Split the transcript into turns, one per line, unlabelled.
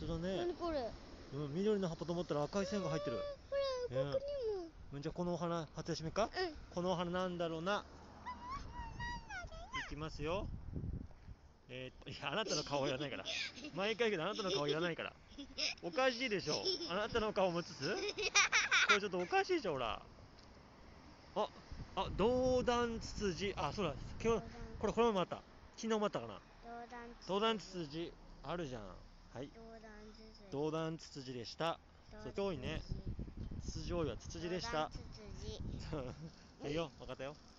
当だね
何これ
うん緑の葉っぱと思ったら赤い線が入ってる
これ
ね
僕にも、
うんじゃあこのお花初休みか
うん
このお花なんだろうな。いきますよ。えーっと、いや、あなたの顔いらないから。毎回言うけど、あなたの顔いらないから。おかしいでしょ。あなたの顔もつつ。これちょっとおかしいでしょ、ほら。あ、あ、銅弾ツツジ。あ、そうだ。今日、これ、これもまた。昨日またかな。
銅弾
銅弾ツツジ、あるじゃん。はい。
銅弾ツツジ
銅弾ツツジでした。それ遠いね。ツツジ多いはツツジでした。いいよ、分かったよ。